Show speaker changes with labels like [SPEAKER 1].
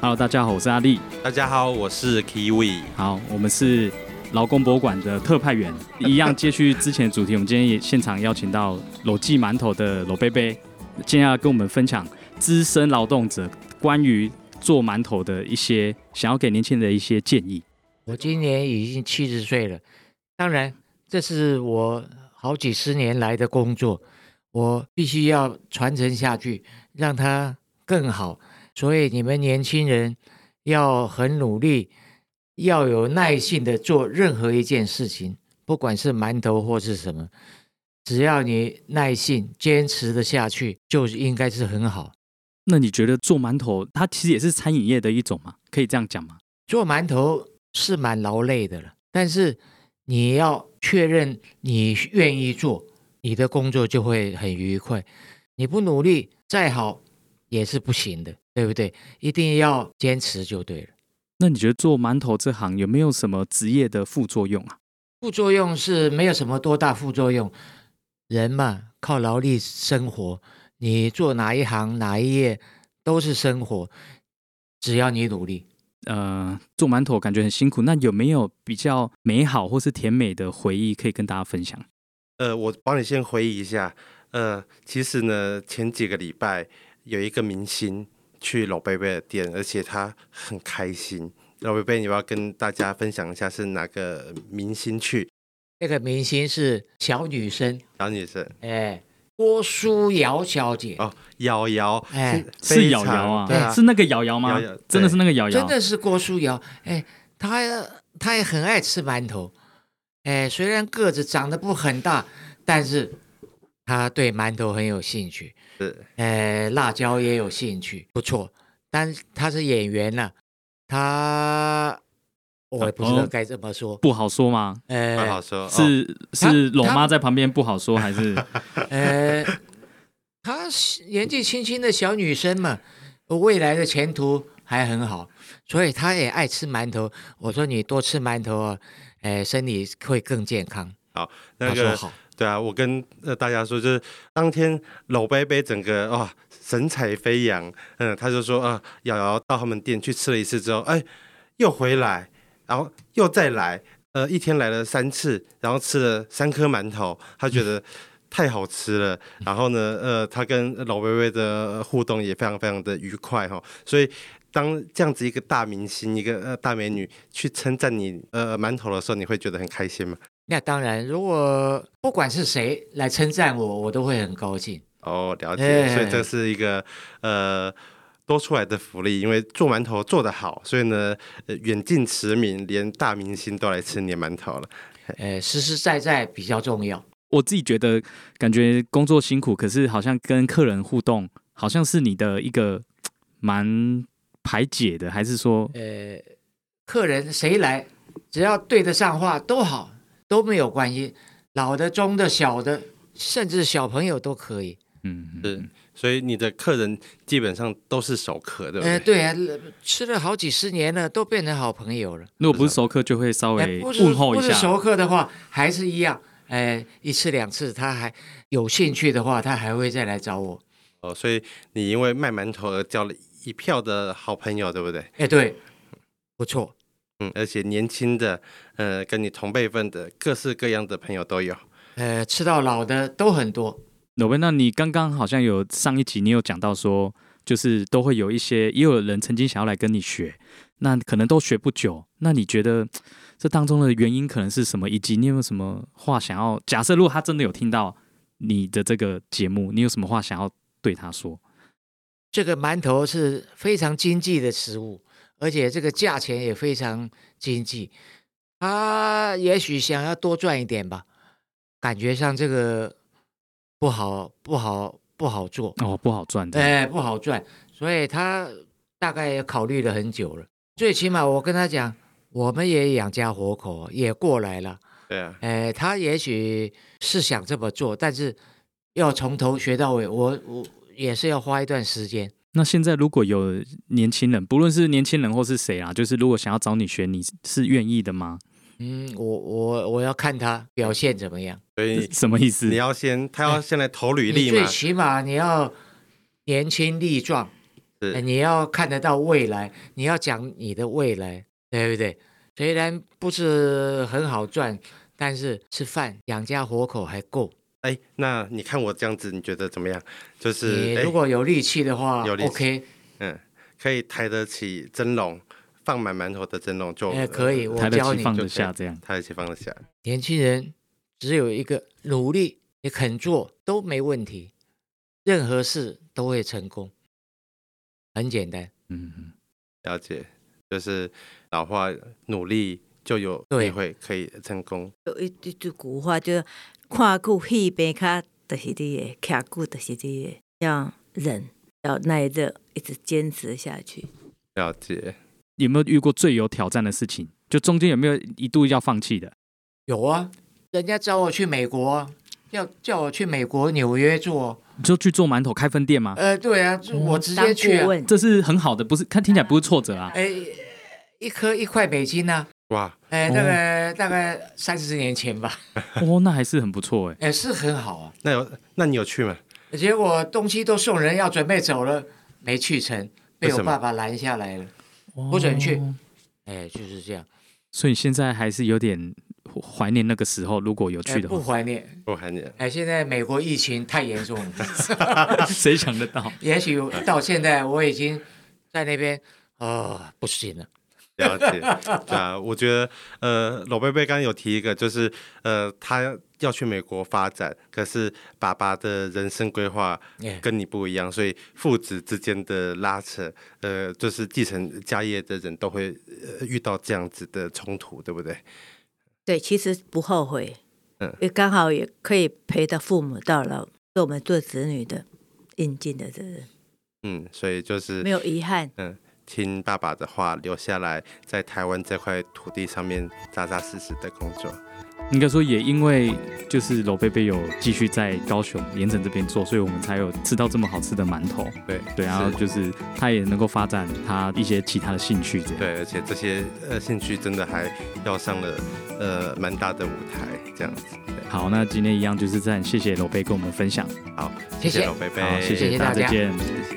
[SPEAKER 1] Hello，大家好，我是阿力。
[SPEAKER 2] 大家好，我是 Kiwi。
[SPEAKER 1] 好，我们是劳工博物馆的特派员， 一样接续之前的主题，我们今天也现场邀请到裸记馒头的裸贝贝，今天要跟我们分享资深劳动者关于做馒头的一些想要给年轻人的一些建议。
[SPEAKER 3] 我今年已经七十岁了，当然这是我好几十年来的工作，我必须要传承下去，让它更好。所以你们年轻人要很努力，要有耐性的做任何一件事情，不管是馒头或是什么，只要你耐性坚持的下去，就应该是很好。
[SPEAKER 1] 那你觉得做馒头，它其实也是餐饮业的一种嘛？可以这样讲吗？
[SPEAKER 3] 做馒头是蛮劳累的了，但是你要确认你愿意做，你的工作就会很愉快。你不努力，再好也是不行的，对不对？一定要坚持就对了。
[SPEAKER 1] 那你觉得做馒头这行有没有什么职业的副作用啊？
[SPEAKER 3] 副作用是没有什么多大副作用，人嘛靠劳力生活，你做哪一行哪一业都是生活，只要你努力。
[SPEAKER 1] 呃，做馒头感觉很辛苦，那有没有比较美好或是甜美的回忆可以跟大家分享？
[SPEAKER 2] 呃，我帮你先回忆一下。呃，其实呢，前几个礼拜有一个明星去老贝贝的店，而且他很开心。老贝贝，你要不要跟大家分享一下是哪个明星去？
[SPEAKER 3] 那个明星是小女生，
[SPEAKER 2] 小女生
[SPEAKER 3] 哎，郭书瑶小姐，
[SPEAKER 2] 哦，瑶瑶，
[SPEAKER 3] 哎
[SPEAKER 2] 是非
[SPEAKER 1] 是瑶
[SPEAKER 2] 常
[SPEAKER 1] 瑶啊，
[SPEAKER 2] 对啊，
[SPEAKER 1] 是那个瑶瑶吗？
[SPEAKER 2] 瑶瑶对
[SPEAKER 1] 真的是那个瑶瑶，
[SPEAKER 3] 真的是郭书瑶，哎，她她也很爱吃馒头，哎，虽然个子长得不很大，但是她对馒头很有兴趣，
[SPEAKER 2] 是
[SPEAKER 3] 哎，辣椒也有兴趣，不错。但是她是演员呐、她我也不知
[SPEAKER 1] 哦
[SPEAKER 3] 道该怎么说，
[SPEAKER 1] 不好说吗？
[SPEAKER 3] 哎、
[SPEAKER 2] 不好说，哦
[SPEAKER 1] 是
[SPEAKER 3] 她
[SPEAKER 1] 是，龙
[SPEAKER 3] 她
[SPEAKER 1] 妈在旁边不好 说，还是
[SPEAKER 3] 呃，她是年纪轻轻的小女生嘛，未来的前途还很好，所以她也爱吃馒头。我说你多吃馒头啊，呃，身体会更健康。
[SPEAKER 2] 那
[SPEAKER 3] 她说
[SPEAKER 2] 个
[SPEAKER 3] 好，
[SPEAKER 2] 对啊，我跟呃大家说，就是当天老贝贝整个哇、神采飞扬，嗯，他就说啊，瑶、瑶到他们店去吃了一次之后，哎，又回来，然后又再来，呃，一天来了三次，然后吃了三颗馒头，他觉得。太好吃了，然后呢，呃，他跟老贝贝的互动也非常非常的愉快哈、哦，所以当这样子一个大明星，一个呃大美女去称赞你呃馒头的时候，你会觉得很开心吗？
[SPEAKER 3] 那当然，如果不管是谁来称赞我，我都会很高兴。
[SPEAKER 2] 哦，了解，
[SPEAKER 3] 哎
[SPEAKER 2] 所以这是一个呃多出来的福利，因为做馒头做得好，所以呢，呃远近驰名，连大明星都来吃你的馒头了。
[SPEAKER 3] 呃，实实在在比较重要。
[SPEAKER 1] 我自己觉得感觉工作辛苦，可是好像跟客人互动，好像是你的一个蛮排解的，还是说
[SPEAKER 3] 呃，客人谁来，只要对得上话都好，都没有关系。老的、中的、小的，甚至小朋友都可以。
[SPEAKER 1] 嗯，
[SPEAKER 2] 是，所以你的客人基本上都是熟客，对不对？
[SPEAKER 3] 呃，对啊，吃了好几十年了，都变成好朋友了。
[SPEAKER 1] 如果不是熟客，就会稍
[SPEAKER 3] 哎
[SPEAKER 1] 微
[SPEAKER 3] 不是
[SPEAKER 1] 问候一
[SPEAKER 3] 不是
[SPEAKER 1] 下。
[SPEAKER 3] 熟客的话，还是一样。哎，一次两次，他还有兴趣的话，他还会再来找我。
[SPEAKER 2] 哦，所以你因为卖馒头而交了一票的好朋友，对不对？
[SPEAKER 3] 哎，对，不错。
[SPEAKER 2] 嗯，而且年轻的，呃，跟你同辈分的，各式各样的朋友都有。
[SPEAKER 3] 呃，吃到老的都很多。
[SPEAKER 1] 罗威，那你刚刚好像有上一集你有讲到说，就是都会有一些，也有人曾经想要来跟你学，那可能都学不久。那你觉得这当中的原因可能是什么？以及你有没有什么话想要？假设如果他真的有听到你的这个节目，你有什么话想要对他说？
[SPEAKER 3] 这个馒头是非常经济的食物，而且这个价钱也非常经济。他也许想要多赚一点吧，感觉上这个不好，不好，不好做。
[SPEAKER 1] 哦，不好赚的，
[SPEAKER 3] 哎，不好赚，所以他大概也考虑了很久了。最起码我跟他讲，我们也养家活口，也过来了。
[SPEAKER 2] 对啊，
[SPEAKER 3] 哎，他也许是想这么做，但是要从头学到尾，我我也是要花一段时间。
[SPEAKER 1] 那现在如果有年轻人，不论是年轻人或是谁啦，就是如果想要找你学，你是愿意的吗？
[SPEAKER 3] 嗯，我我我要看他表现怎么样。
[SPEAKER 2] 所以
[SPEAKER 1] 什么意思？
[SPEAKER 2] 你要先，他要先来投履历
[SPEAKER 3] 你
[SPEAKER 2] 嘛
[SPEAKER 3] 最，起码你要年轻力壮，
[SPEAKER 2] 是
[SPEAKER 3] 呃你要看得到未来，你要讲你的未来，对不对？虽然不是很好赚，但是吃饭养家活口还够。
[SPEAKER 2] 哎，那你看我这样子，你觉得怎么样？就是
[SPEAKER 3] 你
[SPEAKER 2] 哎
[SPEAKER 3] 如果有力气的话
[SPEAKER 2] 有力气
[SPEAKER 3] ，OK，
[SPEAKER 2] 嗯，可以抬得起蒸笼，放满馒头的蒸笼就
[SPEAKER 3] 哎可以
[SPEAKER 2] 呃
[SPEAKER 3] 我
[SPEAKER 1] 抬得
[SPEAKER 3] 教
[SPEAKER 1] 起
[SPEAKER 3] 你
[SPEAKER 1] 放
[SPEAKER 2] 就
[SPEAKER 1] 得
[SPEAKER 2] 可以
[SPEAKER 1] 下这样。
[SPEAKER 2] 抬得起放得下。
[SPEAKER 3] 年轻人只有一个努力，你肯做都没问题，任何事都会成功，很简单。
[SPEAKER 1] 嗯，嗯
[SPEAKER 2] 了解，就是老话，努力就有
[SPEAKER 3] 对
[SPEAKER 2] 机会可以成功。
[SPEAKER 4] 有一句句古话，就是看顾戏边卡，就是你的；卡顾就是你的。要忍，要耐热，一直坚持下去。
[SPEAKER 2] 了解，
[SPEAKER 1] 有没有遇过最有挑战的事情？就中间有没有一度要放弃的？
[SPEAKER 3] 有啊，人家找我去美国啊，要叫我去美国纽约做，啊
[SPEAKER 1] 你就去做馒头开分店吗？
[SPEAKER 3] 呃，对啊，就我直
[SPEAKER 4] 嗯当
[SPEAKER 3] 接去、
[SPEAKER 4] 顾
[SPEAKER 3] 啊，
[SPEAKER 4] 问，
[SPEAKER 1] 这是很好的，不是？看听起来不是挫折啊。
[SPEAKER 3] 哎，一颗一块美金呢、
[SPEAKER 2] 哇，
[SPEAKER 3] 啊，哎，
[SPEAKER 1] 哦
[SPEAKER 3] 大概大概三四十年前吧，
[SPEAKER 1] 哦，那还是很不错哎。
[SPEAKER 3] 哎，是很好啊。
[SPEAKER 2] 那有那你有去吗？
[SPEAKER 3] 结果东西都送人，要准备走了，没去成，被
[SPEAKER 2] 为
[SPEAKER 3] 我
[SPEAKER 2] 什么
[SPEAKER 3] 爸爸拦下来了。不准去
[SPEAKER 1] 哦
[SPEAKER 3] 哎，就是这样，
[SPEAKER 1] 所以你现在还是有点怀念那个时候，如果有
[SPEAKER 3] 哎，
[SPEAKER 1] 去的
[SPEAKER 3] 不
[SPEAKER 1] 话，
[SPEAKER 3] 怀念。
[SPEAKER 2] 我喊你，
[SPEAKER 3] 哎，现在美国疫情太严重了，
[SPEAKER 1] 谁想得到？
[SPEAKER 3] 也许到现在我已经在那边，呃，不行了。
[SPEAKER 2] 了 解，对啊，我觉得呃，老贝贝刚刚有提一个，就是呃，他要去美国发展，可是爸爸的人生规划
[SPEAKER 3] 哎
[SPEAKER 2] 跟你不一样，所以父子之间的拉扯，呃，就是继承家业的人都会、呃、遇到这样子的冲突，对不对？
[SPEAKER 4] 对，其实不后悔，
[SPEAKER 2] 嗯
[SPEAKER 4] 也刚好也可以陪到父母到老，是我们做子女的应尽的责任，
[SPEAKER 2] 嗯，所以就是嗯
[SPEAKER 4] 没有遗憾。
[SPEAKER 2] 听爸爸的话，留下来在台湾这块土地上面扎扎实实的工作。
[SPEAKER 1] 应该说也因为就是楼贝贝有继续在高雄盐城这边做，所以我们才有吃到这么好吃的馒头。
[SPEAKER 2] 对
[SPEAKER 1] 对，然后
[SPEAKER 2] 是
[SPEAKER 1] 就是他也能够发展他一些其他的兴趣，这样。
[SPEAKER 2] 对，而且这些呃兴趣真的还要上了呃蛮大的舞台，这样子。对
[SPEAKER 1] 好，那今天一样就是这样，谢谢楼贝跟我们分享，
[SPEAKER 2] 好，
[SPEAKER 3] 谢谢
[SPEAKER 2] 老贝贝，
[SPEAKER 1] 好，谢
[SPEAKER 3] 谢谢
[SPEAKER 1] 大家，
[SPEAKER 3] 大
[SPEAKER 1] 再
[SPEAKER 3] 家
[SPEAKER 1] 见。
[SPEAKER 2] 哎谢谢